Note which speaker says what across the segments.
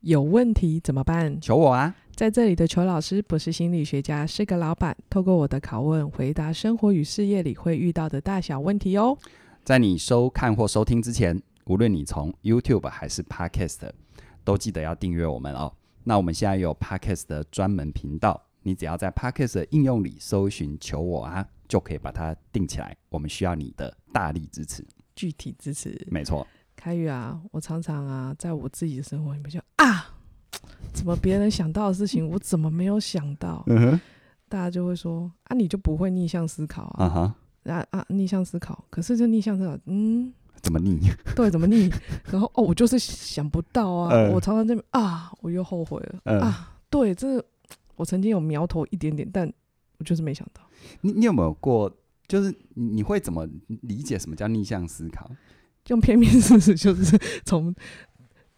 Speaker 1: 有问题怎么办？
Speaker 2: 求我啊！
Speaker 1: 在这里的裘老师不是心理学家，是个老板。透过我的拷问，回答生活与事业里会遇到的大小问题哦。
Speaker 2: 在你收看或收听之前，无论你从 YouTube 还是 Podcast，都记得要订阅我们哦。那我们现在有 Podcast 的专门频道，你只要在 Podcast 的应用里搜寻“求我啊”，就可以把它定起来。我们需要你的大力支持。
Speaker 1: 具体支持
Speaker 2: 没错，
Speaker 1: 开宇啊，我常常啊，在我自己的生活里面就啊，怎么别人想到的事情，我怎么没有想到？
Speaker 2: 嗯哼，
Speaker 1: 大家就会说啊，你就不会逆向思考啊
Speaker 2: 啊哈，
Speaker 1: 啊啊，逆向思考。可是这逆向思考，嗯，
Speaker 2: 怎么逆？
Speaker 1: 对，怎么逆？ 然后哦，我就是想不到啊，
Speaker 2: 嗯
Speaker 1: 我常常这边啊，我又后悔了、
Speaker 2: 嗯
Speaker 1: 啊。对，这我曾经有苗头一点点，但我就是没想到。
Speaker 2: 你你有没有过？就是你你会怎么理解什么叫逆向思考？
Speaker 1: 用片面事实就是 从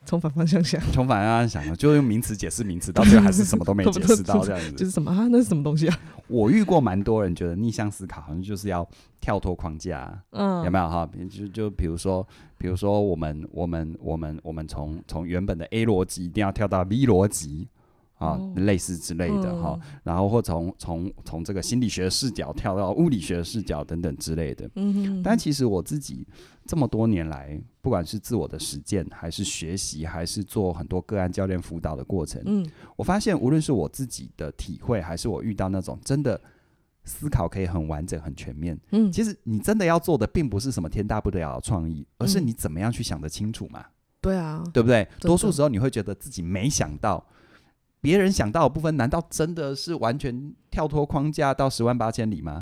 Speaker 1: 从反方向想，
Speaker 2: 从反方向啊想，就用名词解释名词，到最后还是什么都没
Speaker 1: 都不
Speaker 2: 解
Speaker 1: 都
Speaker 2: 释到这样
Speaker 1: 就
Speaker 2: 子。
Speaker 1: 是什么啊？那是什么东西啊？
Speaker 2: 我遇过蛮多人觉得逆向思考好像就是要跳脱框架啊、
Speaker 1: 嗯，
Speaker 2: 有没有哈？就就比如说，比如说我们我们我们我们从从原本的 A 逻辑一定要跳到 B 逻辑啊，
Speaker 1: 哦嗯
Speaker 2: 类似之类的哈、然后或从从从这个心理学视角跳到 物理学视角等等之类的。
Speaker 1: 嗯？嗯哼，
Speaker 2: 但其实我自己这么多年来，不管是自我的实践，还是学习，还是做很多个案教练辅导的过程，
Speaker 1: 嗯
Speaker 2: 我发现无论是我自己的体会，还是我遇到那种真的思考可以很完整、很全面，
Speaker 1: 嗯，
Speaker 2: 其实你真的要做的，并不是什么天大不得了的创意，而是你怎么样去想得清楚嘛，
Speaker 1: 对啊，
Speaker 2: 对不对？
Speaker 1: 嗯的
Speaker 2: 多数时候你会觉得自己没想到，别人想到的部分，难道真的是完全跳脱框架到十万八千里吗？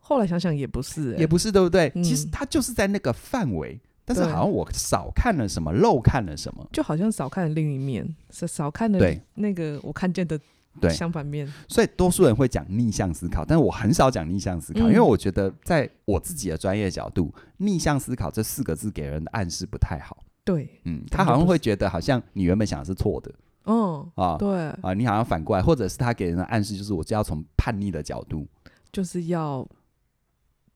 Speaker 1: 后来想想也不是、欸，
Speaker 2: 也不是，对不对？
Speaker 1: 嗯
Speaker 2: 其实它就是在那个范围，但是
Speaker 1: 对
Speaker 2: 好像我少看了什么，漏看了什么。
Speaker 1: 就好像少看了另一面，少少看了
Speaker 2: 对
Speaker 1: 那个我看见的
Speaker 2: 对
Speaker 1: 相反面，
Speaker 2: 所以多数人会讲逆向思考，但我很少讲逆向思考，
Speaker 1: 嗯
Speaker 2: 因为我觉得在我自己的专业角度，逆向思考这四个字给人的暗示不太好。
Speaker 1: 对，
Speaker 2: 嗯，他好像会觉得好像你原本想的是错的
Speaker 1: 嗯，
Speaker 2: 啊
Speaker 1: 对，
Speaker 2: 啊，你好像反过来，或者是他给人的暗示就是我就要从叛逆的角度
Speaker 1: 就是要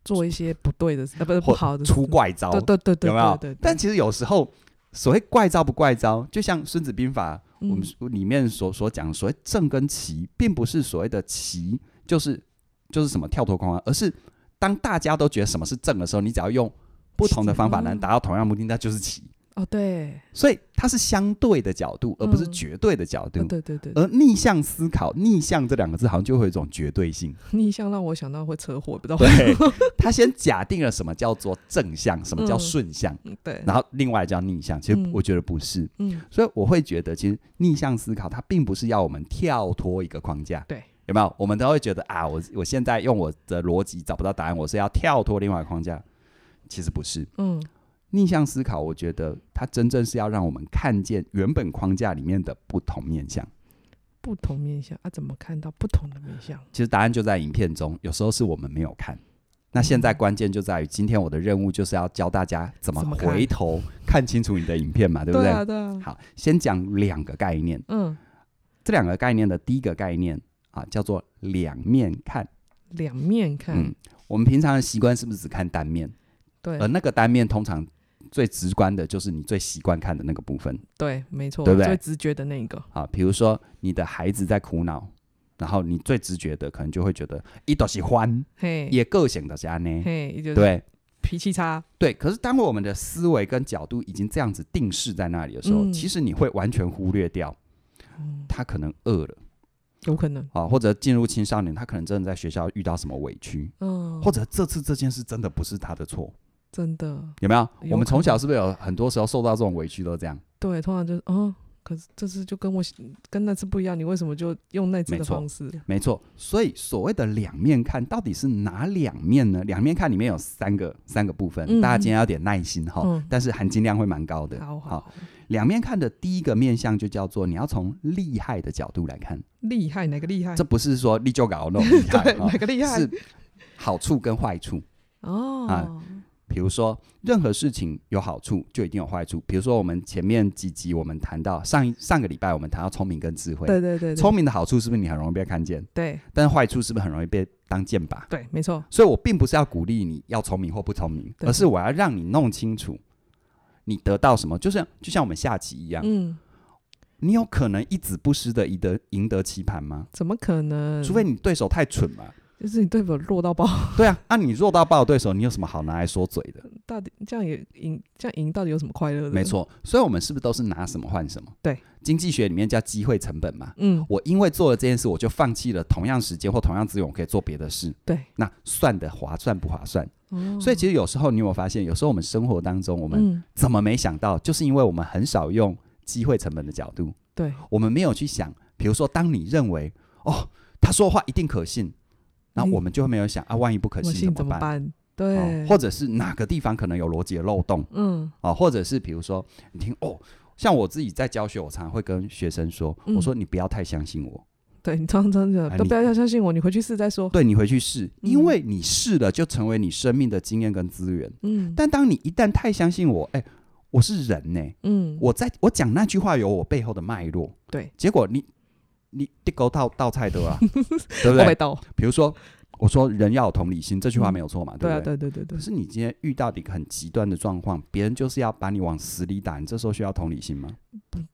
Speaker 1: 做一些不对的事，呃，不是
Speaker 2: 或
Speaker 1: 不好的事
Speaker 2: 出，怪招，
Speaker 1: 对对对对，
Speaker 2: 有没有？
Speaker 1: 对对对
Speaker 2: 但其实有时候所谓怪招不怪招，就像《孙子兵法》我们
Speaker 1: 嗯
Speaker 2: 书里面所所讲的所谓正跟奇，并不是所谓的奇就是就是什么跳脱框框，而是当大家都觉得什么是正的时候，你只要用不同的方法能达到同样目的，那就是奇。
Speaker 1: 哦，对，
Speaker 2: 所以它是相对的角度，而不是
Speaker 1: 嗯
Speaker 2: 绝对的角度。
Speaker 1: 哦对对对，
Speaker 2: 而逆向思考，逆向这两个字好像就会有一种绝对性。
Speaker 1: 逆向让我想到会车祸，不知道为
Speaker 2: 对， 他先假定了什么叫做正向，什么叫
Speaker 1: 嗯
Speaker 2: 顺向，
Speaker 1: 嗯 对，
Speaker 2: 然后另外叫逆向。其实
Speaker 1: 嗯
Speaker 2: 我觉得不是，
Speaker 1: 嗯，
Speaker 2: 所以我会觉得，其实逆向思考它并不是要我们跳脱一个框架。
Speaker 1: 对。
Speaker 2: 有没有？我们都会觉得啊，我我现在用我的逻辑找不到答案，我是要跳脱另外一个框架。其实不是，
Speaker 1: 嗯，
Speaker 2: 逆向思考，我觉得它真正是要让我们看见原本框架里面的不同面向。
Speaker 1: 不同面相啊，怎么看到不同的面相？
Speaker 2: 其实答案就在影片中，有时候是我们没有看。那现在关键就在于，今天我的任务就是要教大家怎么
Speaker 1: 怎么看
Speaker 2: 回头看清楚你的影片嘛，对不对？
Speaker 1: 啊，对啊，
Speaker 2: 好，先讲两个概念。
Speaker 1: 嗯，
Speaker 2: 这两个概念的第一个概念啊，叫做两面看。
Speaker 1: 两面看
Speaker 2: 嗯，，呃我们平常的习惯是不是只看单面？
Speaker 1: 对
Speaker 2: 而那个单面通常最直观的就是你最习惯看的那个部分
Speaker 1: 对，没错，
Speaker 2: 对不对
Speaker 1: 最直觉的那一个，
Speaker 2: 啊。比如说你的孩子在苦恼，然后你最直觉的可能就会觉得一朵喜欢，
Speaker 1: 嘿，
Speaker 2: 也个性的家呢。
Speaker 1: 嘿，也就是
Speaker 2: 对，
Speaker 1: 脾气差，
Speaker 2: 对，可是当我们的思维跟角度已经这样子定势在那里的时候，
Speaker 1: 嗯
Speaker 2: 其实你会完全忽略掉
Speaker 1: 嗯，
Speaker 2: 他可能饿了
Speaker 1: 有可能，
Speaker 2: 啊，或者进入青少年，他可能真的在学校遇到什么委屈，
Speaker 1: 嗯，
Speaker 2: 或者这次这件事真的不是他的错，
Speaker 1: 真的，
Speaker 2: 有没有？
Speaker 1: 有
Speaker 2: 我们从
Speaker 1: 可
Speaker 2: 小
Speaker 1: 能
Speaker 2: 是不是有很多时候受到这种委屈都这样？
Speaker 1: 对，通常就是，嗯，可是这次就跟我跟那次不一样，你为什么就用那次
Speaker 2: 没
Speaker 1: 的
Speaker 2: 错
Speaker 1: 方式？
Speaker 2: 没错，所以所谓的两面看到底是哪两面呢？两面看里面有三个三个部分，
Speaker 1: 嗯
Speaker 2: 大家今天要点耐心哈，
Speaker 1: 嗯
Speaker 2: 但是含金量会蛮高的。
Speaker 1: 好好，好
Speaker 2: 两面看的第一个面向就叫做你要从利害的角度来看。
Speaker 1: 厉害，哪个厉害？
Speaker 2: 这不是说立就搞那种厉害
Speaker 1: 哎 对，
Speaker 2: 啊
Speaker 1: 哪个厉害？
Speaker 2: 是啊好处跟坏处。
Speaker 1: 哦，
Speaker 2: 比如说，任何事情有好处就一定有坏处。比如说，我们前面几集我们谈到上一上个礼拜我们谈到聪明跟智慧，
Speaker 1: 对对对，对
Speaker 2: 聪明的好处是不是你很容易被看见？
Speaker 1: 对
Speaker 2: 但是坏处是不是很容易被当箭靶？
Speaker 1: 对，没错，
Speaker 2: 所以我并不是要鼓励你要聪明或不聪明，
Speaker 1: 对
Speaker 2: 而是我要让你弄清楚你得到什么。就像就像我们下棋一样，
Speaker 1: 嗯，
Speaker 2: 你有可能一子不失的赢得赢得棋盘吗？
Speaker 1: 怎么可能？
Speaker 2: 除非你对手太蠢嘛。
Speaker 1: 就是你对手弱到爆，
Speaker 2: 对啊，那、你弱到爆的对手，你有什么好拿来说嘴的？
Speaker 1: 到底这样也赢，这样赢到底有什么快乐的？
Speaker 2: 没，错，所以我们是不是都是拿什么换什么？
Speaker 1: 嗯对，
Speaker 2: 经济学里面叫机会成本嘛。
Speaker 1: 嗯，
Speaker 2: 我因为做了这件事，我就放弃了同样时间或同样资源，我可以做别的事。
Speaker 1: 对，
Speaker 2: 那算的划算不划算？
Speaker 1: 哦
Speaker 2: 所以其实有时候你有没有发现，有时候我们生活当中，我们
Speaker 1: 嗯，
Speaker 2: 怎么没想到，就是因为我们很少用机会成本的角度，
Speaker 1: 对，
Speaker 2: 我们没有去想，比如说，当你认为哦，他说的话一定可信，那
Speaker 1: 嗯
Speaker 2: 我们就会没有想啊，万一不可
Speaker 1: 我
Speaker 2: 信
Speaker 1: 信怎么
Speaker 2: 办？
Speaker 1: 办？
Speaker 2: 哦
Speaker 1: 对，
Speaker 2: 或者是哪个地方可能有逻辑的漏洞
Speaker 1: 嗯
Speaker 2: 啊、哦或者是比如说，你听哦，像我自己在教学，我常常会跟学生说，
Speaker 1: 嗯
Speaker 2: 我说你不要太相信我，，
Speaker 1: 对你常常讲
Speaker 2: 哎
Speaker 1: 都
Speaker 2: 你
Speaker 1: 不要相信我，你回去试再说。
Speaker 2: 对你回去试，
Speaker 1: 嗯
Speaker 2: 因为你试了就成为你生命的经验跟资源。
Speaker 1: 嗯，
Speaker 2: 但当你一旦太相信我，哎，我是人呢、
Speaker 1: 嗯，
Speaker 2: 我在我讲那句话有我背后的脉络，
Speaker 1: 对，
Speaker 2: 结果你你地沟倒倒菜 得啊，对
Speaker 1: 我
Speaker 2: 不
Speaker 1: 被
Speaker 2: 对？
Speaker 1: 刀，
Speaker 2: 比如说我说人要有同理心，这句话
Speaker 1: 嗯
Speaker 2: 没有错嘛，
Speaker 1: 对
Speaker 2: 不
Speaker 1: 啊，对对对对
Speaker 2: 可，是你今天遇到的一个很极端的状况，别人就是要把你往死里打，你这时候需要同理心吗？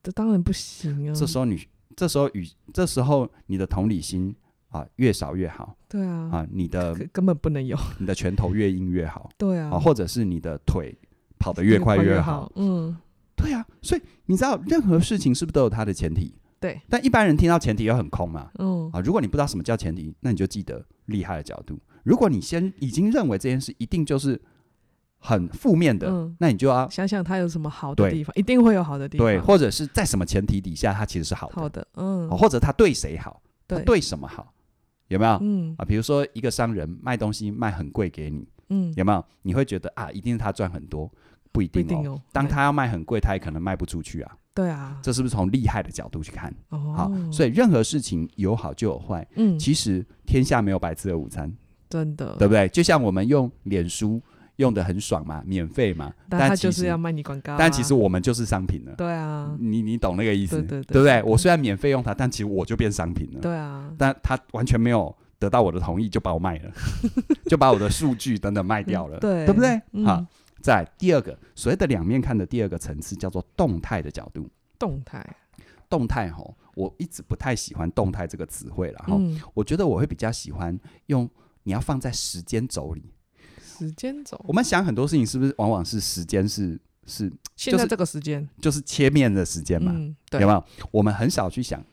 Speaker 1: 这当然不行啊，
Speaker 2: 这时候你这时候与这时候你的同理心啊越少越好
Speaker 1: 对啊，
Speaker 2: 啊，你的
Speaker 1: 根根本不能有，
Speaker 2: 你的拳头越硬越好
Speaker 1: 对啊
Speaker 2: 啊，，或者是你的腿跑得越快
Speaker 1: 越
Speaker 2: 好。，
Speaker 1: 嗯，
Speaker 2: 对啊，所以你知道任何事情是不是都有它的前提？
Speaker 1: 对，
Speaker 2: 但一般人听到前提又很空嘛
Speaker 1: 嗯，
Speaker 2: 啊，如果你不知道什么叫前提，那你就记得厉害的角度。如果你先已经认为这件事一定就是很负面的，
Speaker 1: 嗯
Speaker 2: 那你就要
Speaker 1: 想想它有什么好的
Speaker 2: 对
Speaker 1: 地方，一定会有好的地方，
Speaker 2: 对，或者是在什么前提底下，他其实是好的，
Speaker 1: 好的，嗯
Speaker 2: 哦，或者他对谁好，他
Speaker 1: 对，
Speaker 2: 对什么好，有没有、
Speaker 1: 嗯
Speaker 2: 啊？比如说一个商人卖东西卖很贵给你，
Speaker 1: 嗯，
Speaker 2: 有没有？你会觉得啊，一定是他赚很多，不一
Speaker 1: 不
Speaker 2: 定
Speaker 1: 一
Speaker 2: 哦。
Speaker 1: 定哦，
Speaker 2: 当
Speaker 1: 对
Speaker 2: 他要卖很贵，他也可能卖不出去啊。
Speaker 1: 对啊，
Speaker 2: 这是不是从厉害的角度去看？好、
Speaker 1: 哦，
Speaker 2: 所
Speaker 1: 以
Speaker 2: 以任何事情有好就有坏。
Speaker 1: 嗯，
Speaker 2: 其实天下没有白吃的午餐，
Speaker 1: 真的，
Speaker 2: 对不对？就像我们用脸书用的很爽嘛，免费嘛，
Speaker 1: 但他
Speaker 2: 其
Speaker 1: 就是
Speaker 2: 实、
Speaker 1: 要卖你广告啊，
Speaker 2: 但其实我嗯们就是商品了。
Speaker 1: 对啊，
Speaker 2: 你你懂那个意思，
Speaker 1: 对对对
Speaker 2: 不对？我虽然免费用它，但其实我就变商品了。
Speaker 1: 对啊，
Speaker 2: 但他完全没有得到我的同意，就把我 卖了，就把我的数据等等卖掉了，
Speaker 1: 嗯对
Speaker 2: 不对？
Speaker 1: 嗯
Speaker 2: 好，再来第二个所谓的两面看的第二个层次叫做动态的角度。
Speaker 1: 动态，
Speaker 2: 动态吼，我一直不太喜欢动态这个词汇了哈。
Speaker 1: 嗯，
Speaker 2: 我觉得我会比较喜欢用你要放在时间轴里。
Speaker 1: 时间轴
Speaker 2: 我，们想很多事情是不是往往是时间是是
Speaker 1: 现
Speaker 2: 就
Speaker 1: 在
Speaker 2: 是
Speaker 1: 这个时间，
Speaker 2: 就是切面的时间嘛？
Speaker 1: 嗯，
Speaker 2: 有
Speaker 1: 对，
Speaker 2: 没有？我们很少去想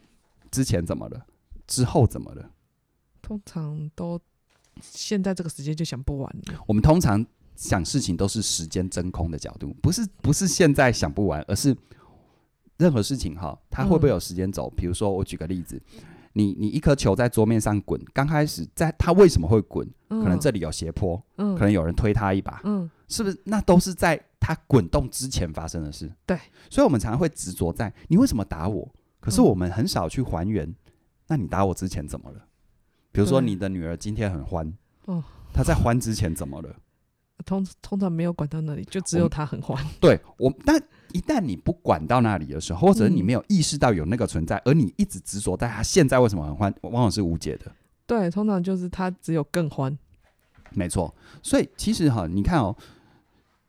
Speaker 2: 之前怎么了，之后怎么了。
Speaker 1: 通常都现在这个时间就想不完了，
Speaker 2: 我们通常想事情都是时间真空的角度，不是不是现在想不完，而是任何事情哈，它会不会有时间轴？比如说，我举个例子，你你一颗球在桌面上滚，刚开始在它为什么会滚？
Speaker 1: 可
Speaker 2: 可能这里有斜坡，
Speaker 1: 嗯
Speaker 2: 可能有人推它一把，
Speaker 1: 嗯
Speaker 2: 是不是？那都是在它滚动之前发生的事。
Speaker 1: 对，
Speaker 2: 所以我们常常会执着在你为什么打我，可是
Speaker 1: 嗯
Speaker 2: 我们很少去还原，那你打我之前怎么了？比如说
Speaker 1: 对
Speaker 2: 你的女儿今天很欢，
Speaker 1: 哦
Speaker 2: 她在欢之前怎么了？
Speaker 1: 通通常没有管到那里，就只
Speaker 2: 我
Speaker 1: 有
Speaker 2: 们
Speaker 1: 他很欢，
Speaker 2: 对我，但一旦你不管到那里的时候，或者你
Speaker 1: 嗯
Speaker 2: 没有意识到有那个存在，而你一直执着在他现在为什么很欢，往往是无解的。
Speaker 1: 对，通常就是他只有更欢，
Speaker 2: 没错，所以其实哈，你看哦，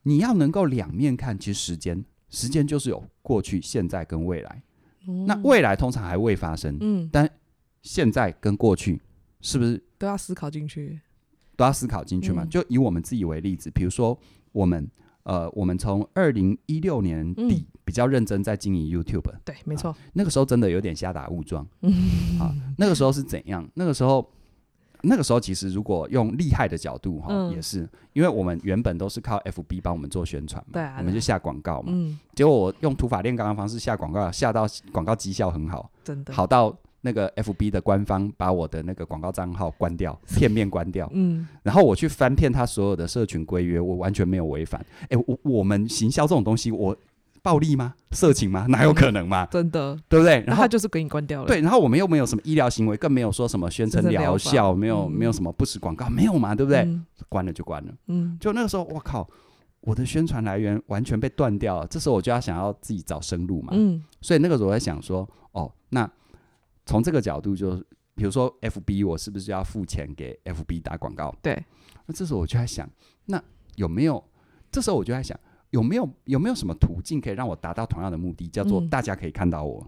Speaker 2: 你要能够两面看，其实时间，时间就是有过去、现在跟未来。那
Speaker 1: 哦
Speaker 2: 未来通常还未发生，
Speaker 1: 嗯
Speaker 2: 现在跟过去是不是
Speaker 1: 都要思考进去，
Speaker 2: 都要思考进去嘛？
Speaker 1: 嗯
Speaker 2: 就以我们自己为例子，比如说我们呃，我们从二零一六年底、
Speaker 1: 嗯
Speaker 2: 比较认真在经营 YouTube，
Speaker 1: 对，没错，
Speaker 2: 那个时候真的有点瞎打误撞。
Speaker 1: 嗯
Speaker 2: 啊，那个时候是怎样？那个时候，那个时候其实如果用厉害的角度哈，
Speaker 1: 嗯
Speaker 2: 也是因为我们原本都是靠 FB 帮我们做宣传嘛，
Speaker 1: 对啊
Speaker 2: 我
Speaker 1: 对
Speaker 2: 们就
Speaker 1: 啊
Speaker 2: 下广告嘛。
Speaker 1: 嗯，
Speaker 2: 结果我用土法炼钢的方式下广告，下到广告绩效很好，
Speaker 1: 真的，
Speaker 2: 好到那个 FB 的官方把我的那个广告账号 关掉，片面关掉。
Speaker 1: 嗯，
Speaker 2: 然后我去翻遍他所有的社群规约，我完全没有违反。哎，我我们行销这种东西，我暴力吗？色情吗？哪有可能嘛？
Speaker 1: 真的，
Speaker 2: 对不对？
Speaker 1: 那
Speaker 2: 然后
Speaker 1: 他就是给你关掉了，
Speaker 2: 对，然后我们又没有什么医疗行为，更没有说什么宣
Speaker 1: 宣
Speaker 2: 称
Speaker 1: 称疗
Speaker 2: 疗
Speaker 1: 法
Speaker 2: 效，没有、
Speaker 1: 嗯
Speaker 2: 没有什么不实广告，没有嘛，对不对？
Speaker 1: 嗯
Speaker 2: 关了就关了。
Speaker 1: 嗯，
Speaker 2: 就那个时候，我靠，我的宣传来源完全被断掉了。这时候我就要想要自己找生路嘛。
Speaker 1: 嗯，
Speaker 2: 所以那个时候我在想说，哦，那从这个角度就，比如说 FB，我是不是要付钱给 FB 打广告？
Speaker 1: 对，
Speaker 2: 那这时候我就在想，那有没有？这时候我就在想。有没有有没有什么途径可以让我达到同样的目的，叫做
Speaker 1: 嗯
Speaker 2: 大家可以看到我？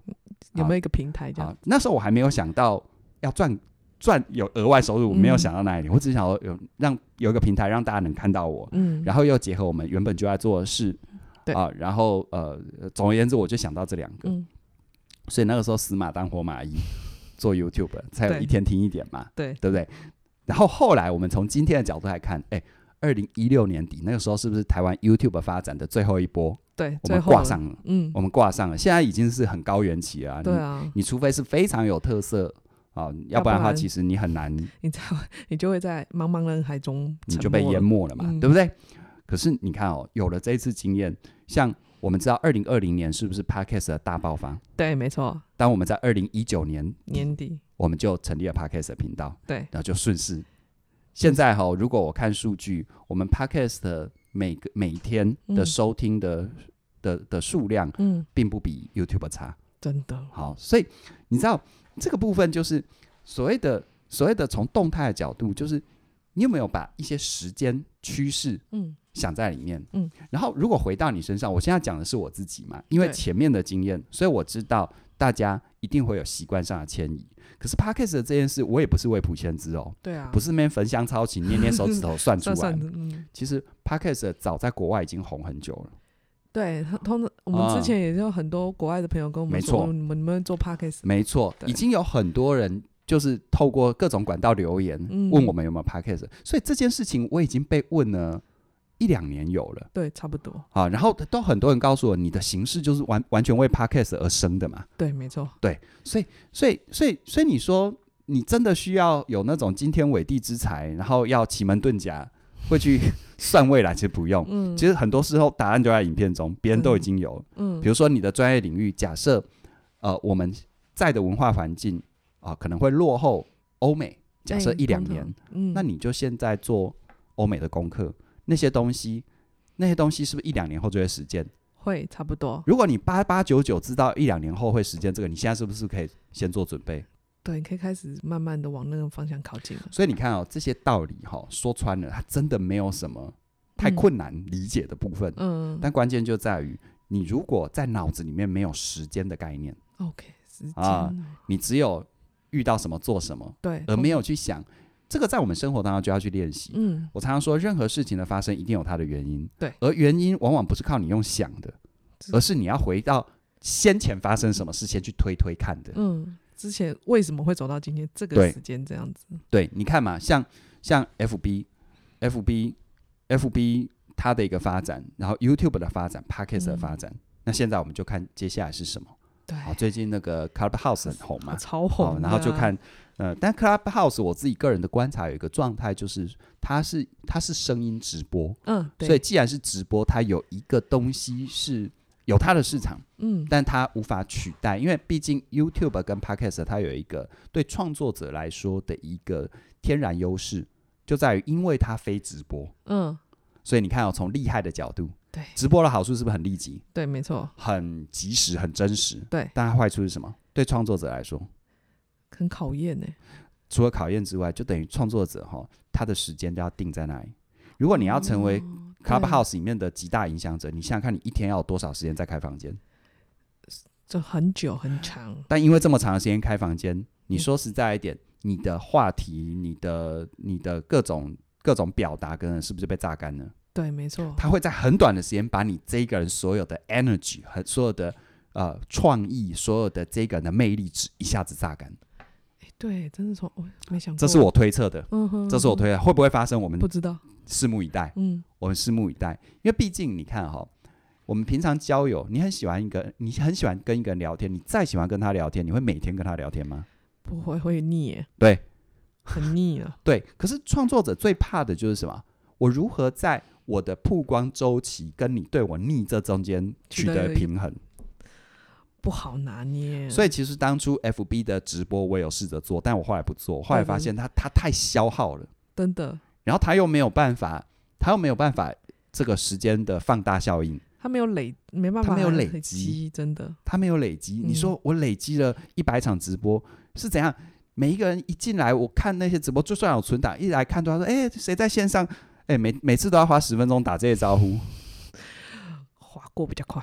Speaker 1: 有没有一个平台这样？
Speaker 2: 好，那时候我还没有想到要赚赚有额外收入，我没有想到那一点，我只想要有让有一个平台让大家能看到我，
Speaker 1: 嗯，
Speaker 2: 然后又结合我们原本就在做的事，
Speaker 1: 对
Speaker 2: 啊，然后呃，总而言之，我就想到这两个，
Speaker 1: 嗯，
Speaker 2: 所以那个时候死马当活马医，做 YouTube 才有
Speaker 1: 对
Speaker 2: 一天听一点嘛，
Speaker 1: 对
Speaker 2: 对不对？然后后来我们从今天的角度来看，哎，二零一六年底那个时候是不是台湾 YouTube 发展的最后一波？
Speaker 1: 对，
Speaker 2: 我
Speaker 1: 最
Speaker 2: 们
Speaker 1: 后
Speaker 2: 挂
Speaker 1: 了，
Speaker 2: 上了，
Speaker 1: 嗯，
Speaker 2: 我们挂上了，现在已经是很高原期了、啊，
Speaker 1: 对
Speaker 2: 你
Speaker 1: 啊，
Speaker 2: 你除非是非常有特色啊，要
Speaker 1: 要
Speaker 2: 不然的
Speaker 1: 不
Speaker 2: 话，
Speaker 1: 然
Speaker 2: 其实你很难，
Speaker 1: 你才会你就会在茫茫人海中
Speaker 2: 你
Speaker 1: 沉
Speaker 2: 就被
Speaker 1: 默
Speaker 2: 淹
Speaker 1: 了，
Speaker 2: 没了嘛，
Speaker 1: 嗯
Speaker 2: 对不对？可是你看哦，有了这一次经验，像我们知道二零二零年是不是 Podcast 的大爆发？
Speaker 1: 对，没错，
Speaker 2: 当我们在二零一九年，
Speaker 1: 年 底，
Speaker 2: 我们就成立了 Podcast 的频道，
Speaker 1: 对，
Speaker 2: 然后就顺势。现在哈、哦，如果我看数据，我们 Podcast 的每个每天的
Speaker 1: 嗯
Speaker 2: 收听的、的的数量，
Speaker 1: 嗯，
Speaker 2: 并不比 YouTube 差。
Speaker 1: 真的，
Speaker 2: 好，所以你知道这个部分就是所谓的所谓的从动态的角度，就是你有没有把一些时间趋势
Speaker 1: 嗯，
Speaker 2: 想在里面？
Speaker 1: 嗯，
Speaker 2: 然后如果回到你身上，我现在讲的是我自己嘛，因为
Speaker 1: 对
Speaker 2: 前面的经验，所以我知道大家一定会有习惯上的迁移。可是 p a c k a g e 的这件事，我也不是未卜先知哦，
Speaker 1: 对啊，
Speaker 2: 不是那边焚香抄琴、捏捏手指头算出
Speaker 1: 算
Speaker 2: 来。
Speaker 1: 算的，嗯。
Speaker 2: 其实 p a c k a g e 早在国外已经红很久了。
Speaker 1: 对，他通常我们
Speaker 2: 啊
Speaker 1: 之前也有很多国外的朋友跟我们
Speaker 2: 没
Speaker 1: 说，
Speaker 2: 错
Speaker 1: 你们你们做 podcast，
Speaker 2: 没错，
Speaker 1: 对
Speaker 2: 已经有很多人就是透过各种管道留言、
Speaker 1: 嗯
Speaker 2: 问我们有没有 podcast，所以这件事情我已经被问了一两年有了
Speaker 1: 对，差不多，
Speaker 2: 啊。然后都很多人告诉我，你的形式就是完完全为 podcast 而生的嘛。
Speaker 1: 对，没错，
Speaker 2: 所以，所以，所以，所以你说你真的需要有那种惊天伟地之才，然后要奇门遁甲，会去算未来，其实不用。
Speaker 1: 嗯，
Speaker 2: 其实很多时候答案就在影片中，别人都已经有了。
Speaker 1: 嗯
Speaker 2: 比，如说你的专业领域，假设呃我们在的文化环境啊、可能会落后欧美，假设
Speaker 1: 哎
Speaker 2: 一两
Speaker 1: 通
Speaker 2: 年，
Speaker 1: 常嗯，
Speaker 2: 那你就现在做欧美的功课，那些东西，那些东西是不是一两年后就会实践？
Speaker 1: 会差不多，
Speaker 2: 如果你八八九九知道一两年后会实践这个，你现在是不是可以先做准
Speaker 1: 嗯
Speaker 2: 备？
Speaker 1: 对，你可以开始慢慢的往那个方向靠近了，
Speaker 2: 所以你看哦，这些道理哈、说穿了，它真的没有什么太困难理解的部分，
Speaker 1: 嗯
Speaker 2: 但关键就在于你如果在脑子里面没有时间的概念，
Speaker 1: ，OK，时间
Speaker 2: 啊
Speaker 1: 哦，
Speaker 2: 你只有遇到什么做什么，
Speaker 1: 对，
Speaker 2: 而
Speaker 1: 通
Speaker 2: 没有去想，这个在我们生活当中就要去练习。
Speaker 1: 嗯，
Speaker 2: 我常常说，任何事情的发生一定有它的原因，
Speaker 1: 对，
Speaker 2: 而原因往往不是靠你用想的，
Speaker 1: 是
Speaker 2: 而是你要回到先前发生什么事先去推推看的。
Speaker 1: 嗯，之前为什么会走到今天这
Speaker 2: 对
Speaker 1: 个时间这样子？
Speaker 2: 对，你看嘛，像像 F B F B F B 它的一个发展，然后 YouTube 的发展 p o
Speaker 1: 嗯
Speaker 2: c k e t 的发展，那现在我们就看接下来是什么。
Speaker 1: 对，
Speaker 2: 好，最近那个 Clubhouse 很红嘛，
Speaker 1: 超
Speaker 2: 好，
Speaker 1: 红的啊，
Speaker 2: 然后就看，呃，但 Clubhouse 我自己个人的观察有一个状态，就是它是它是声音直播，
Speaker 1: 嗯，对，
Speaker 2: 所以既然是直播，它有一个东西是有它的市场，
Speaker 1: 嗯，
Speaker 2: 但它无法取代，因为毕竟 YouTube 跟 Podcast 它有一个对创作者来说的一个天然优势，就在于因为它非直播，
Speaker 1: 嗯，
Speaker 2: 所以你看哦，从厉害的角度，
Speaker 1: 对
Speaker 2: 直播的好处是不是很立即、
Speaker 1: 对，没错，
Speaker 2: 很及时、很真实？
Speaker 1: 对，
Speaker 2: 但它坏处是什么？对创作者来说，
Speaker 1: 很考验呢，
Speaker 2: 除了考验之外，就等于创作者哈，他的时间都要定在那里。如果你要成为
Speaker 1: 哦对
Speaker 2: Clubhouse 里面的极大影响者，你想想看，你一天要有多少时间在开房间？
Speaker 1: 就很久很长，
Speaker 2: 但因为这么长的时间开房间，
Speaker 1: 嗯
Speaker 2: 你说实在一点，你的话题、你的、你的各种各种表达，跟人是不是被榨干了？
Speaker 1: 对，没错，
Speaker 2: 他会在很短的时间把你这一个人所有的 energy 和所有的呃创意、所有的这个人的魅力值一下子榨干。
Speaker 1: 诶对，真的从我没想过，
Speaker 2: 这是我推测的，
Speaker 1: 嗯哼，
Speaker 2: 这是我推测，会不会发生？我们
Speaker 1: 不知道，
Speaker 2: 拭目以待。
Speaker 1: 嗯，
Speaker 2: 我们拭目以待，因为毕竟你看哈、我们平常交友，你很喜欢一个，你很喜欢跟一个人聊天，你再喜欢跟他聊天，你会每天跟他聊天吗？
Speaker 1: 不会会腻耶，
Speaker 2: 对
Speaker 1: 很腻了，
Speaker 2: 对，可是创作者最怕的就是什么？我如何在我的曝光周期跟你对我逆这中间取
Speaker 1: 取得
Speaker 2: 得
Speaker 1: 一个
Speaker 2: 平衡。
Speaker 1: 不好拿捏。
Speaker 2: 所
Speaker 1: 以
Speaker 2: 以其实当初 FB 的直播我也有试着做，但我后来不做，后来发现它它太消耗了，
Speaker 1: 真的，
Speaker 2: 然后它又没有办法，它又没有办法这个时间的放大效应。
Speaker 1: 他没有累，没办
Speaker 2: 他
Speaker 1: 法，
Speaker 2: 没有累
Speaker 1: 积，
Speaker 2: 积
Speaker 1: 真的，
Speaker 2: 他没有累积。
Speaker 1: 嗯
Speaker 2: 你说我累积了一百场直播是怎样？每一个人一进来，我看那些直播，就算有存档，一来看到他说：“哎、谁在线上？”哎、每每次都要花十分钟打这些招呼。
Speaker 1: 划过比较快。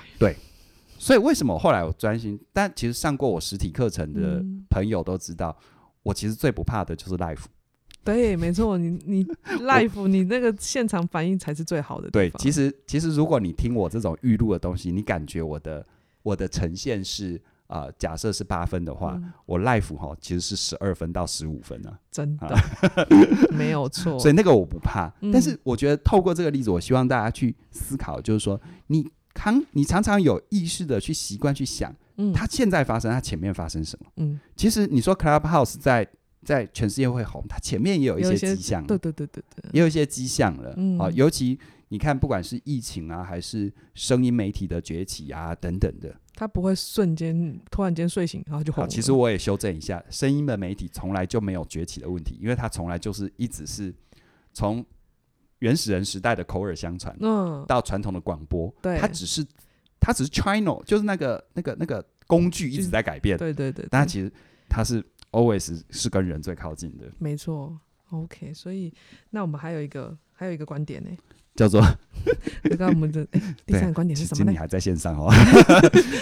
Speaker 2: 所以为什么后来我专心？但其实上过我实体课程的
Speaker 1: 嗯
Speaker 2: 朋友都知道，我其实最不怕的就是 life。
Speaker 1: 对，没错，你你 live 你那个现场反应才是最好的地
Speaker 2: 对，
Speaker 1: 方。
Speaker 2: 其实其实如果你听我这种预录的东西，你感觉我的我的呈现是啊、呃假设是八分的话，
Speaker 1: 嗯
Speaker 2: 我 life 哈其实是十二分到十五分啊，
Speaker 1: 真的、没 有错。
Speaker 2: 所以那个我不怕。
Speaker 1: 嗯
Speaker 2: 但是我觉得透过这个例子，我希望大家去思考，就是说你常你常常有意识的去习惯去想，
Speaker 1: 嗯
Speaker 2: 它现在发生，它前面发生什么。
Speaker 1: 嗯，
Speaker 2: 其实你说 Clubhouse 在在全世界会红，它前面也有一
Speaker 1: 有
Speaker 2: 些
Speaker 1: 一些
Speaker 2: 迹象，
Speaker 1: 对对对对对，
Speaker 2: 也有一些迹象了啊、
Speaker 1: 嗯
Speaker 2: 尤其你看，不管是疫情啊，还是声音媒体的崛起啊等等的。
Speaker 1: 他不会瞬间突然间睡醒，然后就红
Speaker 2: 好，
Speaker 1: 了。
Speaker 2: 其实我也修正一下，声音的媒体从来就没有崛起的问题，因为它从来就是一直是从原始人时代的口耳相传
Speaker 1: 嗯，
Speaker 2: 到传统的广播，
Speaker 1: 对
Speaker 2: 它只是它只是 channel，就是那个那个那个工具一直在改变，
Speaker 1: 对对对，
Speaker 2: 但它
Speaker 1: 对
Speaker 2: 其实它是 always 是跟人最靠近的，
Speaker 1: 没错。OK，所以那我们还有一个还有一个观点呢、
Speaker 2: 叫做
Speaker 1: 刚刚我们 的、哎第
Speaker 2: 对
Speaker 1: 三个观点是
Speaker 2: 其
Speaker 1: 什
Speaker 2: 实
Speaker 1: 么
Speaker 2: 你
Speaker 1: 呢？
Speaker 2: 还在线 上哦，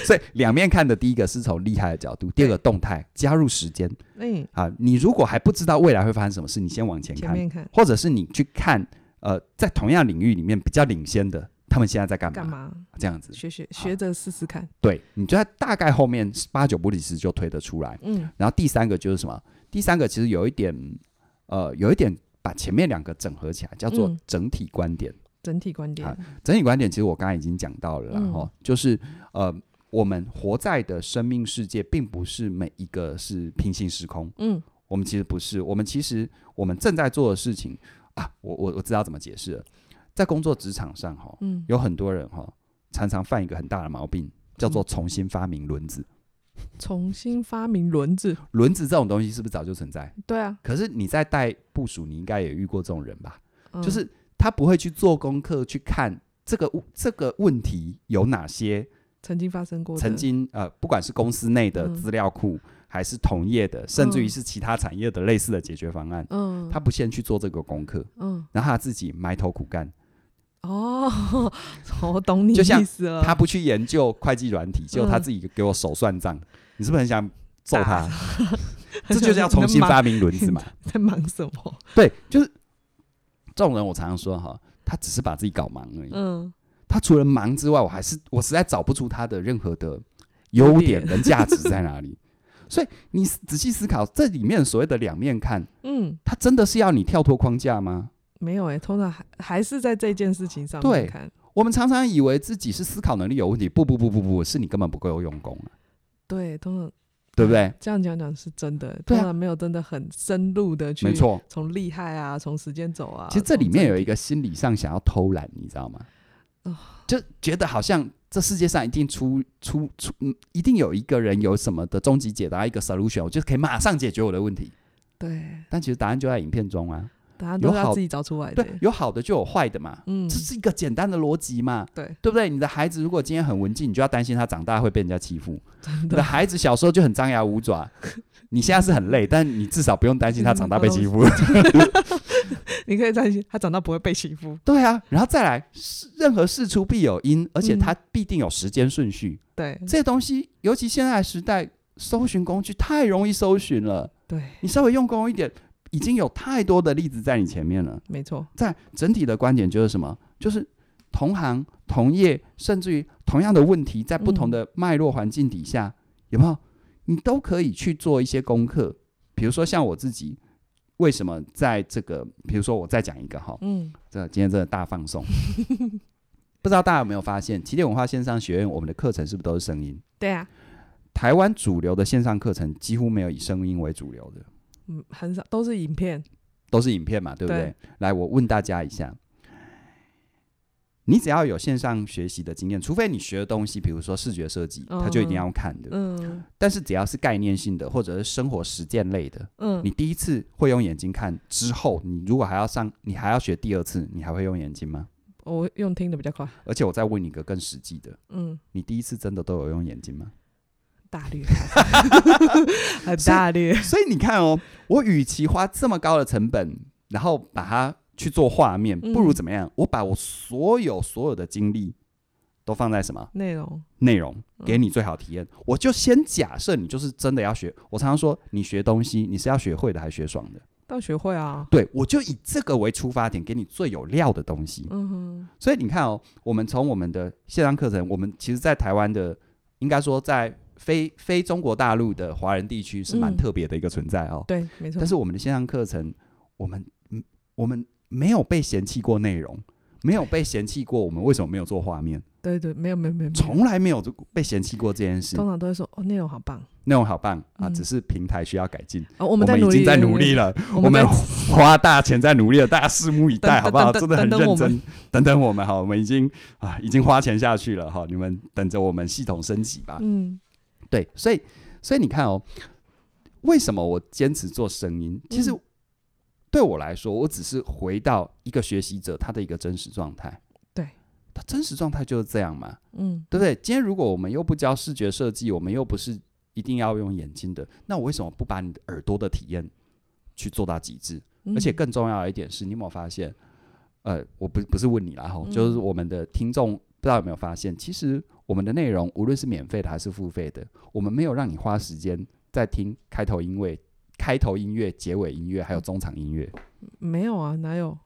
Speaker 2: 所以两面看的第一个是从厉害的角度，第二个动态加入时间
Speaker 1: 嗯，
Speaker 2: 啊。你如果还不知道未来会发生什么事，你先往前
Speaker 1: 前
Speaker 2: 看，
Speaker 1: 面看
Speaker 2: 或者是你去看呃，在同样领域里面比较领先的，他们现在在干嘛？
Speaker 1: 干嘛？
Speaker 2: 这样子，
Speaker 1: 学学
Speaker 2: 好
Speaker 1: 学着试试看。
Speaker 2: 对，你就在大概后面八九不离十就推得出来。
Speaker 1: 嗯
Speaker 2: 然后第三个就是什么？第三个其实有一点呃，有一点把前面两个整合起来，叫做
Speaker 1: 嗯
Speaker 2: 整体观点。
Speaker 1: 整体观点
Speaker 2: 好，整体观点其实我刚才已经讲到了啦，然
Speaker 1: 嗯
Speaker 2: 后、就是呃，我们活在的生命世界，并不是每一个是平行时空，
Speaker 1: 嗯
Speaker 2: 我们其实不是，我们其实我们正在做的事情啊，我我我知道怎么解释了，在工作职场上哈、
Speaker 1: 嗯，
Speaker 2: 有很多人哈、常常犯一个很大的毛病，叫做重新发明轮子。
Speaker 1: 重新发明轮子，
Speaker 2: 轮子这种东西是不是早就存在？
Speaker 1: 对啊，
Speaker 2: 可是你在带部署，你应该也遇过这种人吧？
Speaker 1: 嗯
Speaker 2: 就是他不会去做功课，去看这个这个问题有哪些。
Speaker 1: 曾经发生过的，
Speaker 2: 曾经呃，不管是公司内的
Speaker 1: 嗯
Speaker 2: 资料库，还是同业的，甚至于
Speaker 1: 嗯
Speaker 2: 是其他产业的类似的解决方案，
Speaker 1: 嗯，
Speaker 2: 他不先去做这个功课，
Speaker 1: 嗯
Speaker 2: 然后他自己埋头苦干，
Speaker 1: 哦， 我懂你
Speaker 2: 就像
Speaker 1: 意思了，
Speaker 2: 他不去研究会计软体，结果他
Speaker 1: 嗯
Speaker 2: 自己给我手算账，你是不是很想揍他
Speaker 1: 打？
Speaker 2: 这 就叫重新发明轮子嘛。
Speaker 1: 在忙什么？
Speaker 2: 对，就是这种人，我常常说哈，他只是把自己搞忙而已。
Speaker 1: 嗯，
Speaker 2: 他除了忙之外，我还是我实在找不出他的任何的优点跟价值在哪里。所以你仔细思考，这里面所谓的两面看，
Speaker 1: 嗯，
Speaker 2: 它真的是要你跳脱框架吗？
Speaker 1: 没有哎、通常还还是在这件事情上
Speaker 2: 对
Speaker 1: 面看，
Speaker 2: 我们常常以为自己是思考能力有问题，不不不不不，是你根本不够用功啊，
Speaker 1: 对，通常
Speaker 2: 对不对？
Speaker 1: 这样讲讲是真的，欸
Speaker 2: 对
Speaker 1: 通
Speaker 2: 啊
Speaker 1: 常没有真的很深入的去，
Speaker 2: 没，错。
Speaker 1: 从厉害啊，从时间走啊，
Speaker 2: 其实这里面有一
Speaker 1: 个
Speaker 2: 个心理上想要偷懒，你知道吗
Speaker 1: 哦？
Speaker 2: 就觉得好像这世界上一定出出出，嗯，一定有一个人有什么的终极解答，一个 solution，我就可以马上解决我的问题。
Speaker 1: 对，
Speaker 2: 但其实答案就在影片中啊。
Speaker 1: 答案都是
Speaker 2: 有好
Speaker 1: 要自己找出来的
Speaker 2: 对，，有好的就有坏的嘛，
Speaker 1: 嗯
Speaker 2: 这，是一个简单的逻辑嘛，
Speaker 1: 对，
Speaker 2: 对不对？你的孩子如果今天很文静，你就要担心他长大会被人家欺负。
Speaker 1: 真
Speaker 2: 你的
Speaker 1: 的
Speaker 2: 孩子小时候就很张牙 舞爪，你现在是很累，但你至少不用担心他长大被
Speaker 1: 嗯
Speaker 2: 欺负。
Speaker 1: 你可以担心他长大不会被欺负，
Speaker 2: 对啊，然后再来，是任何事出必有因，而且
Speaker 1: 嗯
Speaker 2: 它必定有时间顺序。
Speaker 1: 对，
Speaker 2: 这些东西，尤其现在的时代，搜寻工具太容易搜寻了，
Speaker 1: 对，
Speaker 2: 你稍微用功一点，已经有太多的例子在你前面了。
Speaker 1: 没错，
Speaker 2: 在整体的观点就是什么？就是同行、同业，甚至于同样的问题，在不同的脉络环境底下，有没有？你都可以去做一些功课。比如说像我自己，为什么在这个，比如说我再讲一个哈，
Speaker 1: 嗯，
Speaker 2: 这今天真的大放送。不知道大家有没有发现，起点文化线上学院我们的课程是不是都是声音？
Speaker 1: 对啊，
Speaker 2: 台湾主流的线上课程几乎没有以声音为主流的，
Speaker 1: 嗯，很少都是影片，
Speaker 2: 都是影片嘛，对不对？
Speaker 1: 对
Speaker 2: 来，我问大家一下，你只要有线上学习的经验，除非你学的东西，比如说视觉设计，
Speaker 1: 嗯
Speaker 2: 它就一定要看的。
Speaker 1: 嗯
Speaker 2: 但是只要是概念性的或者是生活实践类的，
Speaker 1: 嗯，
Speaker 2: 你第一次会用眼睛看，之后你如果还要上，你还要学第二次，你还会用眼睛吗？
Speaker 1: 我用听的比较快，
Speaker 2: 而且我再问你一个更实际的，
Speaker 1: 嗯，
Speaker 2: 你第一次真的都有用眼睛吗？
Speaker 1: 大 略，很大略，
Speaker 2: 所以你看哦，我与其花这么高的成本，然后把它去做画面，
Speaker 1: 嗯
Speaker 2: 不如怎么样？我把我所有所有的精力都放在什么
Speaker 1: 内容
Speaker 2: 内容，
Speaker 1: 嗯
Speaker 2: 给你最好体验。我就先假设你就是真的要学。我常常说，你学东西你是要学会的还是学爽的？
Speaker 1: 到学会啊，
Speaker 2: 对，我就以这个为出发点，给你最有料的东西。
Speaker 1: 嗯哼，
Speaker 2: 所以你看哦，我们从我们的线上课程，我们其实，在台湾的，应该说在非非中国大陆的华人地区是蛮
Speaker 1: 嗯
Speaker 2: 特别的一个存在哦。
Speaker 1: 对，没错
Speaker 2: 但，是我们的线上课程，我们嗯，我们没有被嫌弃过内容，没有被嫌弃过我们为什么没有做画面，
Speaker 1: 对对，没有没有没有，没有
Speaker 2: 从来没有被嫌弃过这件事。
Speaker 1: 通常都会说哦，内容好棒
Speaker 2: 内容好棒啊，
Speaker 1: 嗯
Speaker 2: 只是平台需要改进，
Speaker 1: 哦，我
Speaker 2: 我
Speaker 1: 们在努
Speaker 2: 已
Speaker 1: 力，
Speaker 2: 经在努力，了，
Speaker 1: 我
Speaker 2: 我们
Speaker 1: 在
Speaker 2: 花大钱在努力了，大家拭目以待，
Speaker 1: 等
Speaker 2: 好不好？
Speaker 1: 等
Speaker 2: 真的很
Speaker 1: 等等
Speaker 2: 认
Speaker 1: 我们
Speaker 2: 真，等等我们哈，我们已经啊已经花钱下去了哈，你们等着我们系统升级吧。
Speaker 1: 嗯
Speaker 2: 对，所以所以你看哦，为什么我坚持做声音？其实
Speaker 1: 嗯
Speaker 2: 对我来说，我只是回到一个学习者他的一个真实状态。
Speaker 1: 对，
Speaker 2: 他真实状态就是这样嘛，
Speaker 1: 嗯，
Speaker 2: 对不对？今天如果我们又不教视觉设计，我们又不是一定要用眼睛的，那我为什么不把你的耳朵的体验去做到极致？
Speaker 1: 嗯
Speaker 2: 而且更重要的一点是，你有没有发现？呃，我不不是问你啦，哈、
Speaker 1: 嗯
Speaker 2: 就是我们的听众不知道有没有发现，其实我们的内容无论是免费的还是付费的，我们没有让你花时间在听开头音乐、开头音乐、结尾音乐，还有中场音乐，
Speaker 1: 没有啊，哪有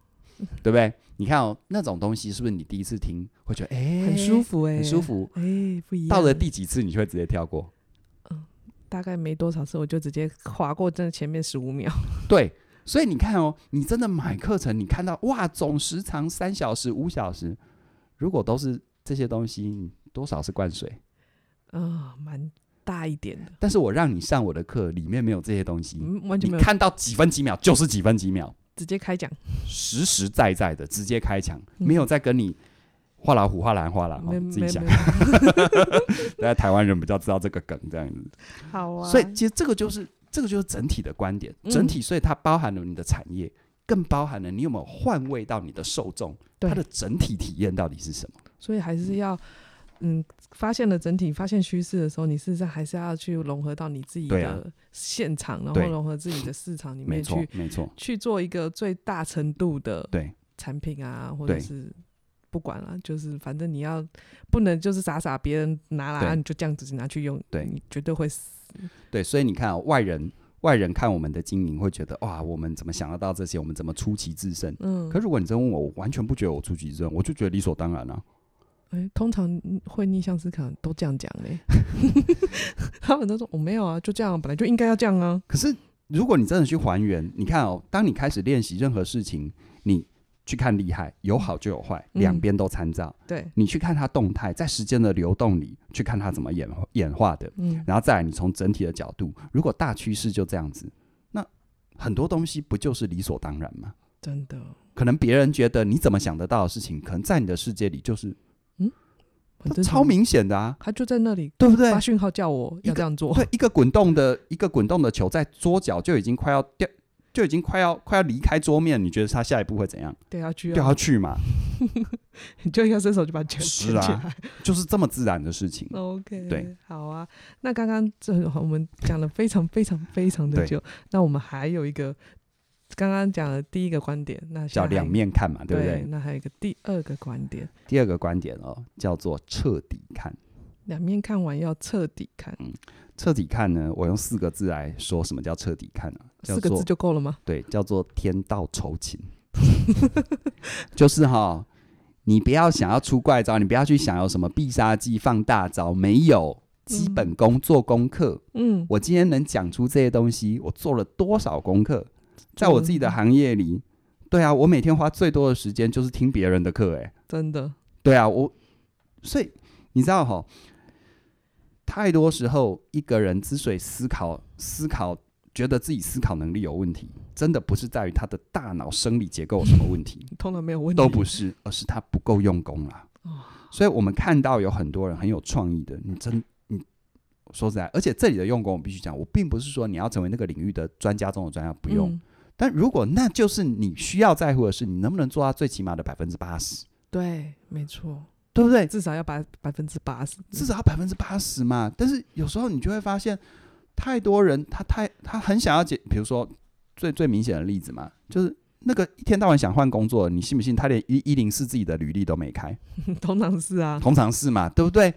Speaker 2: 对不对？你看哦，那种东西是不是你第一次听会觉得哎、
Speaker 1: 很舒、服哎，
Speaker 2: 很舒，服？
Speaker 1: 哎，不一样，
Speaker 2: 到了第几次你就会直接跳过？
Speaker 1: 大概没多少次，我就直接划过这前面十五秒，
Speaker 2: 对，所以你看哦，你真的买课程，你看到哇，总时长三小时、五小时，如果都是这些东西，你多少是灌水。
Speaker 1: 啊，蛮大一点的，
Speaker 2: 但是我让你上我的课，里面没有这些东西，
Speaker 1: 嗯，完全
Speaker 2: 你
Speaker 1: 没有，
Speaker 2: 看到几分几秒就是几分几秒，
Speaker 1: 直接开讲，
Speaker 2: 实实在在的直接开抢，
Speaker 1: 嗯
Speaker 2: 没有再跟你画老虎、画蓝、画蓝，
Speaker 1: 没
Speaker 2: 哦自己
Speaker 1: 没
Speaker 2: 想
Speaker 1: 没。，
Speaker 2: 大家台湾人比较知道这个梗这样子，
Speaker 1: 好啊，
Speaker 2: 所以其实这个就是这个就是整体的观点，
Speaker 1: 嗯
Speaker 2: 整体，所以它包含了你的产业，更包含了你有没有换位到你的受众，
Speaker 1: 对
Speaker 2: 它的整体体验到底是什么？
Speaker 1: 所以还是要，嗯，发现了整体，发现趋势的时候，你事实上还是要去融合到你自己
Speaker 2: 对啊
Speaker 1: 的现场，然后
Speaker 2: 对
Speaker 1: 融合自己的市场里
Speaker 2: 没
Speaker 1: 面
Speaker 2: 错
Speaker 1: 去，
Speaker 2: 没错，
Speaker 1: 去做一个最大程度的
Speaker 2: 对
Speaker 1: 产品啊，或者
Speaker 2: 对
Speaker 1: 是不管了、就是反正你要不能就是傻傻别人拿来、
Speaker 2: 对
Speaker 1: 啊，你就这样子拿去用，
Speaker 2: 对
Speaker 1: 你绝对会死。
Speaker 2: 对，所以你看、哦、外人。外人看我们的经营会觉得哇，我们怎么想得到这些？我们怎么出奇制胜？
Speaker 1: 嗯，
Speaker 2: 可如果你真问我，我完全不觉得我出奇制胜，我就觉得理所当然啊。
Speaker 1: 哎，通常会逆向思考都这样讲 嘞，他们都说我、没有啊，就这样，本来就应该要这样啊。
Speaker 2: 可是如果你真的去还原，你看哦，当你开始练习任何事情，你去看厉害，有好就有坏，
Speaker 1: 嗯
Speaker 2: 两边都参照。
Speaker 1: 对，
Speaker 2: 你去看它动态，在时间的流动里去看它怎么演演化的，
Speaker 1: 嗯，
Speaker 2: 然后再来你从整体的角度，如果大趋势就这样子，那很多东西不就是理所当然吗？
Speaker 1: 真的
Speaker 2: 可能别人觉得你怎么想得到的事情，可能在你的世界里就是
Speaker 1: 很正常
Speaker 2: 超明显的啊，
Speaker 1: 他就在那里
Speaker 2: 对不对
Speaker 1: 发？讯号叫我
Speaker 2: 一
Speaker 1: 要
Speaker 2: 个
Speaker 1: 这样做。
Speaker 2: 对，一个滚动的一个滚动的球在桌角就已经快要掉，就已经快要快要离开桌面，你觉得它下一步会怎样？
Speaker 1: 对啊，去
Speaker 2: 掉
Speaker 1: 啊
Speaker 2: 下，去嘛，
Speaker 1: 你 就要伸手就把球
Speaker 2: 是
Speaker 1: 捡
Speaker 2: 啊
Speaker 1: 起来。
Speaker 2: 就是这么自然的事
Speaker 1: 嗯
Speaker 2: 情。
Speaker 1: OK，
Speaker 2: 对，
Speaker 1: 好啊。那刚刚这我们讲了非常非常非常的
Speaker 2: 对
Speaker 1: 久，那我们还有一个刚刚讲的第一个观点，那现
Speaker 2: 叫
Speaker 1: 在
Speaker 2: 两
Speaker 1: 还
Speaker 2: 面看嘛，对不对？
Speaker 1: 那还有一个第二个观点，
Speaker 2: 第二个观点哦，叫做彻底看。
Speaker 1: 两面看完要彻底看，
Speaker 2: 彻底看呢，我用四个字来说，什么叫彻底看啊？叫
Speaker 1: 四个
Speaker 2: 做
Speaker 1: 字就够了吗？
Speaker 2: 对，叫做天道酬勤， 就是哈、你不要想要出怪招，你不要去想有什么必杀技、放大招，没有基本功、做功课。
Speaker 1: 嗯，
Speaker 2: 我今天能讲出这些东西，我做了多少功课？在我自己的行业里，对啊，我每天花最多的时间就是听别人的课、欸，
Speaker 1: 真的，
Speaker 2: 对啊，我所以你知道哈，太多时候一个人之所以思考思考，觉得自己思考能力有问题，真的不是在于他的大脑生理结构有什么问 题，
Speaker 1: 通常没有问题，
Speaker 2: 都不是，而是他不够用功啦。
Speaker 1: 哦
Speaker 2: 所以我们看到有很多人很有创意的，你真你说实在，而且这里的用功，我必须讲，我并不是说你要成为那个领域的专家中的专家，不用。
Speaker 1: 嗯
Speaker 2: 但如果那就是你需要在乎的是，你能不能做到最起码的百分之八十，
Speaker 1: 对，没错，
Speaker 2: 对不对？
Speaker 1: 至少要把百分之八十，
Speaker 2: 至少要百分之八十嘛。但是有时候你就会发现，太多人他太他很想要解，比如说最最明显的例子嘛，就是那个一天到晚想换工作，你信不信？他连一一零四自己的履历都没开，
Speaker 1: 通常是啊，
Speaker 2: 通常是嘛，对不对？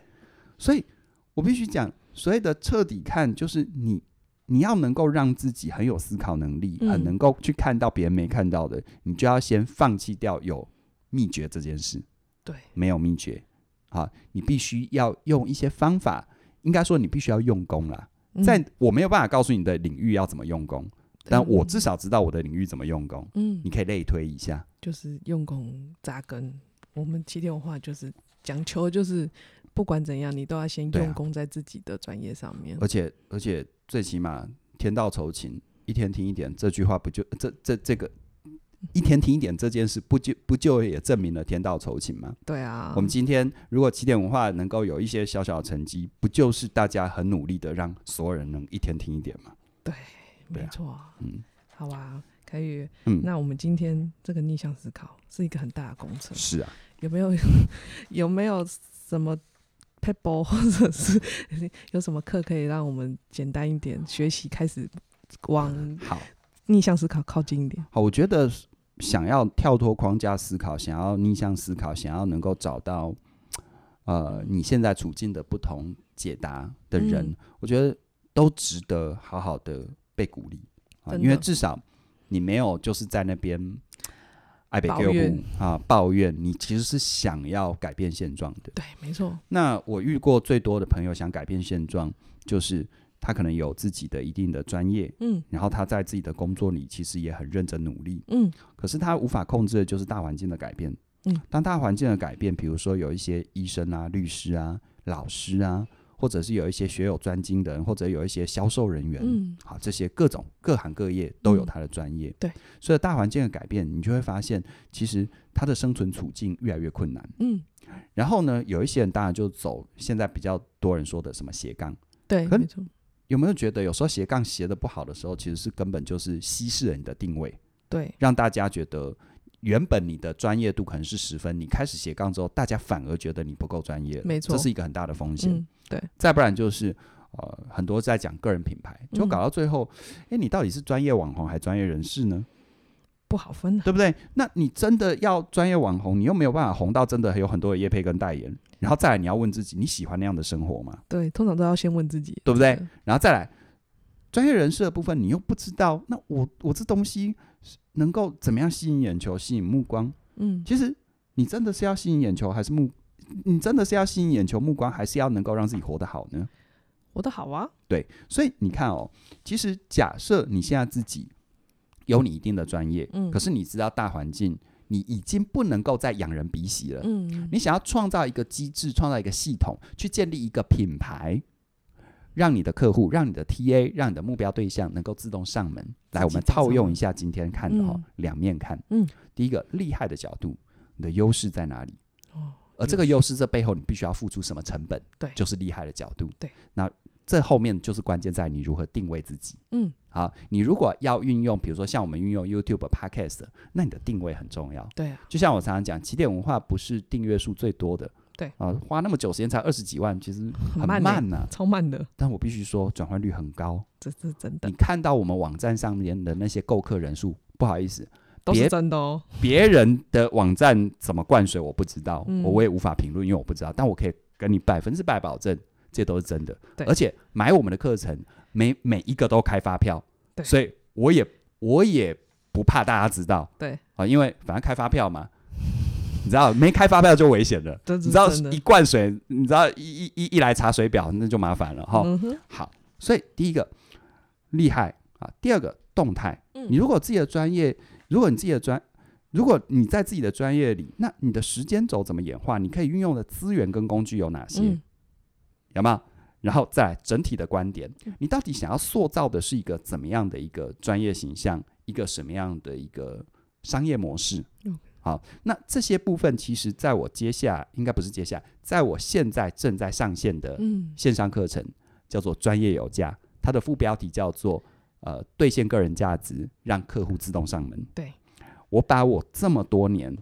Speaker 2: 所以我必须讲，所谓的彻底看，就是你你要能够让自己很有思考能力，
Speaker 1: 嗯
Speaker 2: 很能够去看到别人没看到的，你就要先放弃掉有秘诀这件事。
Speaker 1: 对，
Speaker 2: 没有秘诀，啊，你必须要用一些方法，应该说你必须要用功啦。
Speaker 1: 嗯
Speaker 2: 在我没有办法告诉你的领域要怎么用功，但我至
Speaker 1: 嗯
Speaker 2: 少知道我的领域怎么用功。
Speaker 1: 嗯
Speaker 2: 你，可以类推一下，
Speaker 1: 就是用功扎根。我们七天文化就是讲求，就是不管怎样，你都要先
Speaker 2: 对啊
Speaker 1: 用功在自己的专业上面。
Speaker 2: 而且而且最起码天道酬勤，一天听一点这句话不就这这这个一天听一点这件事不就不就也证明了天道酬勤吗？
Speaker 1: 对啊，
Speaker 2: 我们今天如果起点文化能够有一些小小的成绩，不就是大家很努力的让所有人能一天听一点吗？对
Speaker 1: 没
Speaker 2: 啊
Speaker 1: 错，
Speaker 2: 嗯
Speaker 1: 好吧，可以。
Speaker 2: 嗯，
Speaker 1: 那我们今天这个逆向思考是一个很大的工程，
Speaker 2: 是啊，
Speaker 1: 有没有 有没有什么 p e b b l 或者是有什么课可以让我们简单一点学习，开始往
Speaker 2: 好。
Speaker 1: 逆向思考靠近一点？
Speaker 2: 好，我觉得想要跳脱框架思考，想要逆向思考，想要能够找到呃你现在处境的不同解答的人，
Speaker 1: 嗯
Speaker 2: 我觉得都值得好好的被鼓励啊，
Speaker 1: 真的
Speaker 2: 因为至少你没有就是在那边。爱被
Speaker 1: 抱
Speaker 2: 给
Speaker 1: 怨
Speaker 2: 啊，抱怨你其实是想要改变现状的。
Speaker 1: 对，没错，
Speaker 2: 那我遇过最多的朋友想改变现状，就是他可能有自己的一定的专业，
Speaker 1: 嗯
Speaker 2: 然后他在自己的工作里其实也很认真努力，
Speaker 1: 嗯
Speaker 2: 可是他无法控制的就是大环境的改变。
Speaker 1: 嗯，
Speaker 2: 当大环境的改变，比如说有一些医生啊、律师啊、老师啊，或者是有一些学有专精的人，或者有一些销售人员，
Speaker 1: 嗯，
Speaker 2: 好，这些各种各行各业都有
Speaker 1: 嗯
Speaker 2: 他的专业。
Speaker 1: 对，
Speaker 2: 所以大环境的改变，你就会发现，其实他的生存处境越来越困难。
Speaker 1: 嗯，
Speaker 2: 然后呢，有一些人当然就走现在比较多人说的什么斜杠。
Speaker 1: 对，
Speaker 2: 可
Speaker 1: 没错，
Speaker 2: 有没有觉得有时候斜杠斜的不好的时候，其实是根本就是稀释了你的定位？
Speaker 1: 对，
Speaker 2: 让大家觉得原本你的专业度可能是十分，你开始斜杠之后，大家反而觉得你不够专业了，
Speaker 1: 没错
Speaker 2: 这是一个很大的风险。
Speaker 1: 嗯
Speaker 2: 再不然就是。呃，很多在讲个人品牌，就搞到最后，诶，你到底是专业网红还是专业人士呢？
Speaker 1: 不好分 啊，
Speaker 2: 对不对？那你真的要专业网红，你又没有办法红到真的有很多的业配跟代言，然后再来你要问自己，你喜欢那样的生活吗？
Speaker 1: 对，通常都要先问自己，
Speaker 2: 对不对
Speaker 1: 真的？
Speaker 2: 然后再来专业人士的部分，你又不知道，那我我这东西能够怎么样吸引眼球、吸引目光？
Speaker 1: 嗯，
Speaker 2: 其实你真的是要吸引眼球，还是目？你真的是要吸引眼球目光，还是要能够让自己活得好呢？
Speaker 1: 我的好啊，
Speaker 2: 对，所以你看哦，其实假设你现在自己有你一定的专业，
Speaker 1: 嗯
Speaker 2: 可是你知道大环境，你已经不能够再仰人鼻息了。
Speaker 1: 嗯，
Speaker 2: 你想要创造一个机制，创造一个系统，去建立一个品牌，让你的客户、让你的 TA、让你的目标对象能够自动上门。来，我
Speaker 1: 自
Speaker 2: 们
Speaker 1: 己找上
Speaker 2: 套
Speaker 1: 门
Speaker 2: 用一下今天看的哈、哦
Speaker 1: 嗯
Speaker 2: 两面看。
Speaker 1: 嗯，
Speaker 2: 第一个厉害的角度，你的优势在哪里？
Speaker 1: 哦，
Speaker 2: 而这个优势，这背后你必须要付出什么成本？
Speaker 1: 对
Speaker 2: 就是厉害的角度。
Speaker 1: 对，
Speaker 2: 那这后面就是关键在你如何定位自己。
Speaker 1: 嗯，
Speaker 2: 好，你如果要运用，比如说像我们运用 YouTube、Podcast，那你的定位很重要。
Speaker 1: 对啊，
Speaker 2: 就像我常常讲，起点文化不是订阅数最多的，
Speaker 1: 对
Speaker 2: 啊、花那么久时间才二十几万，其实很
Speaker 1: 慢
Speaker 2: 慢欸
Speaker 1: 呢
Speaker 2: 呐、
Speaker 1: 超慢的，
Speaker 2: 但我必须说，转换率很高。
Speaker 1: 这是真的
Speaker 2: 你，看到我们网站上面的那些购客人数，不好意思，
Speaker 1: 都是
Speaker 2: 别
Speaker 1: 真的哦，
Speaker 2: 别人的网站怎么灌水我不知道，
Speaker 1: 嗯
Speaker 2: 我也无法评论，因为我不知道。但我可以跟你百分之百保证，这都是真的。
Speaker 1: 对
Speaker 2: 而且买我们的课程，每每一个都开发票，
Speaker 1: 对
Speaker 2: 所以我也我也不怕大家知道，
Speaker 1: 对
Speaker 2: 啊，因为反正开发票嘛， 你知道没开发票就危险了。
Speaker 1: 这
Speaker 2: 你
Speaker 1: 是
Speaker 2: 知道
Speaker 1: 真的
Speaker 2: 一，灌水，你知道一一一一来查水表，那就麻烦了哈。
Speaker 1: 嗯哼，
Speaker 2: 好，所以第一个厉害啊，第二个动态。
Speaker 1: 嗯
Speaker 2: 你如果自己的专业，如果你自己的专，如果你在自己的专业里，那你的时间轴怎么演化？你可以运用的资源跟工具有哪些？
Speaker 1: 嗯
Speaker 2: 有没有？然后再来整体的观点，
Speaker 1: 嗯
Speaker 2: 你到底想要塑造的是一个怎么样的一个专业形象，一个什么样的一个商业模式
Speaker 1: OK？
Speaker 2: 好，那这些部分其实在我接下来应该不是接下来，在我现在正在上线的
Speaker 1: 嗯，
Speaker 2: 线上课程，叫做专业有价，它的副标题叫做呃兑现个人价值，让客户自动上门。
Speaker 1: 对，
Speaker 2: 我把我这么多年，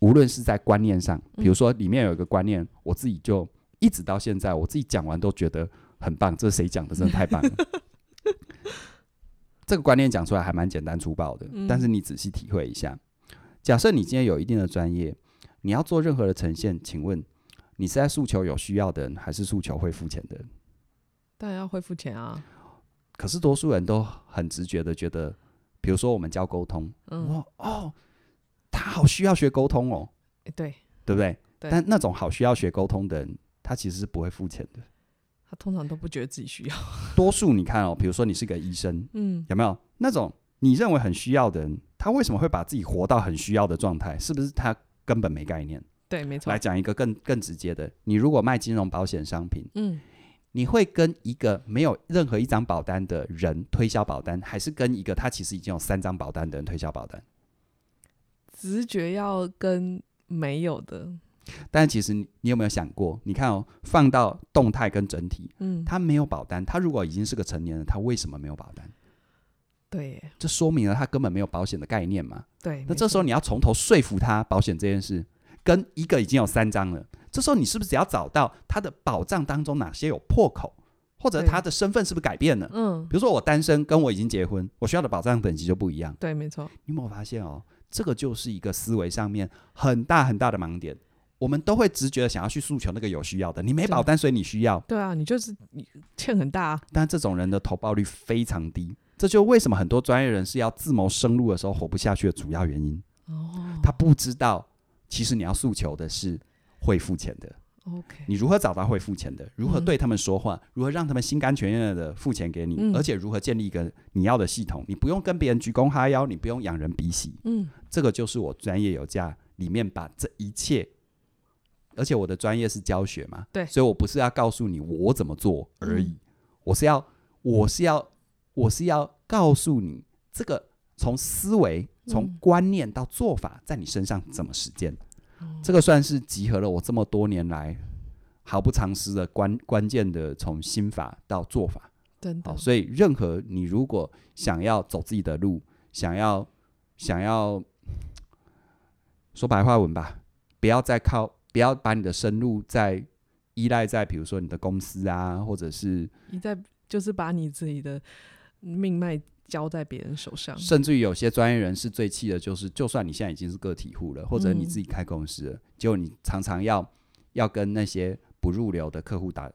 Speaker 2: 无论是在观念上，
Speaker 1: 嗯
Speaker 2: 比如说里面有一个观念，我自己就一直到现 在，我自己讲完都觉得很棒，这是谁讲的？真的太棒了。这个观念讲出来还蛮简单粗暴的，
Speaker 1: 嗯
Speaker 2: 但是你仔细体会一下。假设你今天有一定的专业，你要做任何的呈现，请问你是在诉求有需要的人，还是诉求会付钱的人？
Speaker 1: 当然要会付钱啊。
Speaker 2: 可是多数人都很直觉的觉得，比如说我们教沟通，
Speaker 1: 嗯，
Speaker 2: 哇哦，他好需要学沟通哦，
Speaker 1: 诶对
Speaker 2: 对不对？
Speaker 1: 对
Speaker 2: 但那种好需要学沟通的人，他其实是不会付钱的。
Speaker 1: 他通常都不觉得自己需要。
Speaker 2: 多数你看哦，比如说你是个医生，
Speaker 1: 嗯，
Speaker 2: 有没有那种你认为很需要的人，他为什么会把自己活到很需要的状态？是不是他根本没概念？
Speaker 1: 对，没错
Speaker 2: 来。讲一个更更直接的，你如果卖金融保险商品，
Speaker 1: 嗯，
Speaker 2: 你会跟一个没有任何一张保单的人推销保单，还是跟一个他其实已经有三张保单的人推销保单？
Speaker 1: 直觉要跟没有的，
Speaker 2: 但其实你你有没有想过？你看哦，放到动态跟整体，
Speaker 1: 嗯，
Speaker 2: 他没有保单，他如果已经是个成年人，他为什么没有保单？
Speaker 1: 对耶
Speaker 2: 这说明了他根本没有保险的概念嘛。
Speaker 1: 对。
Speaker 2: 那这时候你要从头说服他保险这件事，跟一个已经有三张了，这时候你是不是只要找到他的保障当中哪些有破口，或者
Speaker 1: 对
Speaker 2: 他的身份是不是改变了
Speaker 1: 没？错嗯，
Speaker 2: 比如说我单身，跟我已经结婚，我需要的保障等级就不一样。
Speaker 1: 对，没错。
Speaker 2: 你有没有发现哦？这个就是一个思维上面很大很大的盲点。我们都会直觉的想要去诉求那个有需要的，你没
Speaker 1: 真的
Speaker 2: 保单，所以你需要。
Speaker 1: 对啊，你就是你欠很大啊。
Speaker 2: 但这种人的投报率非常低，这就为什么很多专业人士要自谋生路的时候活不下去的主要原因。
Speaker 1: 哦
Speaker 2: 他不知道，其实你要诉求的是会付钱的，
Speaker 1: ，OK，
Speaker 2: 你如何找到会付钱的，如何对他们说话，如何让他们心甘情愿的付钱给你，
Speaker 1: 嗯
Speaker 2: 而且如何建立一个你要的系统，你不用跟别人鞠躬哈腰，你不用仰人鼻息，
Speaker 1: 嗯，
Speaker 2: 这个就是我专业有价里面把这一切。而且我的专业是教学嘛，
Speaker 1: 对嗯
Speaker 2: 所以我不是要告诉你我怎么做而已，我是要，我是要，我是要告诉你这个从思维、从
Speaker 1: 嗯
Speaker 2: 观念到做法，在你身上怎么实践。
Speaker 1: 嗯
Speaker 2: 这个算是集合了我这么多年来毫不藏私的关关键的从心法到做法。
Speaker 1: 真
Speaker 2: 好、
Speaker 1: 的，
Speaker 2: 所以任何你如果想要走自己的路，想要想要说白话文吧，不要再靠，不要把你的生路再依赖在比如说你的公司啊，或者是
Speaker 1: 你在就是把你自己的命脉交在别人手上。
Speaker 2: 甚至于有些专业人士最气的就是，就算你现在已经是个体户了，或者你自己开公司了，结果你常常要要跟那些不入流的客户打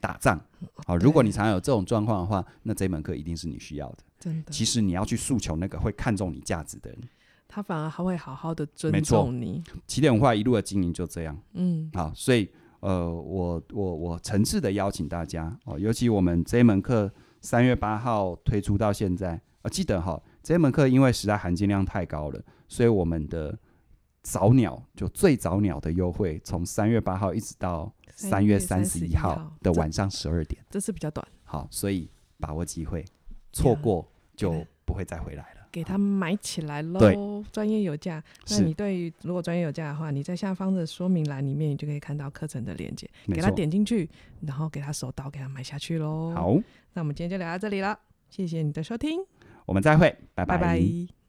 Speaker 2: 打仗。好，如果你常常有这种状况的话，那这门课一定是你需要的。
Speaker 1: 真的，
Speaker 2: 其实你要去诉求那个会看重你价值的人。
Speaker 1: 他反而还会好好的尊
Speaker 2: 没错
Speaker 1: 重你。
Speaker 2: 起点文化一路的经营就这样。
Speaker 1: 嗯，
Speaker 2: 好，所以呃，我我我诚挚的邀请大家哦，尤其我们这一门课三月八号推出到现在，呃，记得哈、这一门课因为实在含金量太高了，所以我们的早鸟就最早鸟的优惠，从三月八号一直到三月三十一号的晚上十二点。
Speaker 1: 这次比较短，
Speaker 2: 好，所以把握机会，错过就
Speaker 1: 对
Speaker 2: 不会再回来了。
Speaker 1: 给他买起来
Speaker 2: 对
Speaker 1: 喽。专业有价，那
Speaker 2: 是
Speaker 1: 你对于如果专业有价的话，你在下方的说明栏里面，你就可以看到课程的链接，
Speaker 2: 没
Speaker 1: 给他
Speaker 2: 错。
Speaker 1: 点进去，然后给他手刀，给他买下去喽。，
Speaker 2: 好，
Speaker 1: 那我们今天就聊到这里了，谢谢你的收听，
Speaker 2: 我们再会，拜
Speaker 1: 拜拜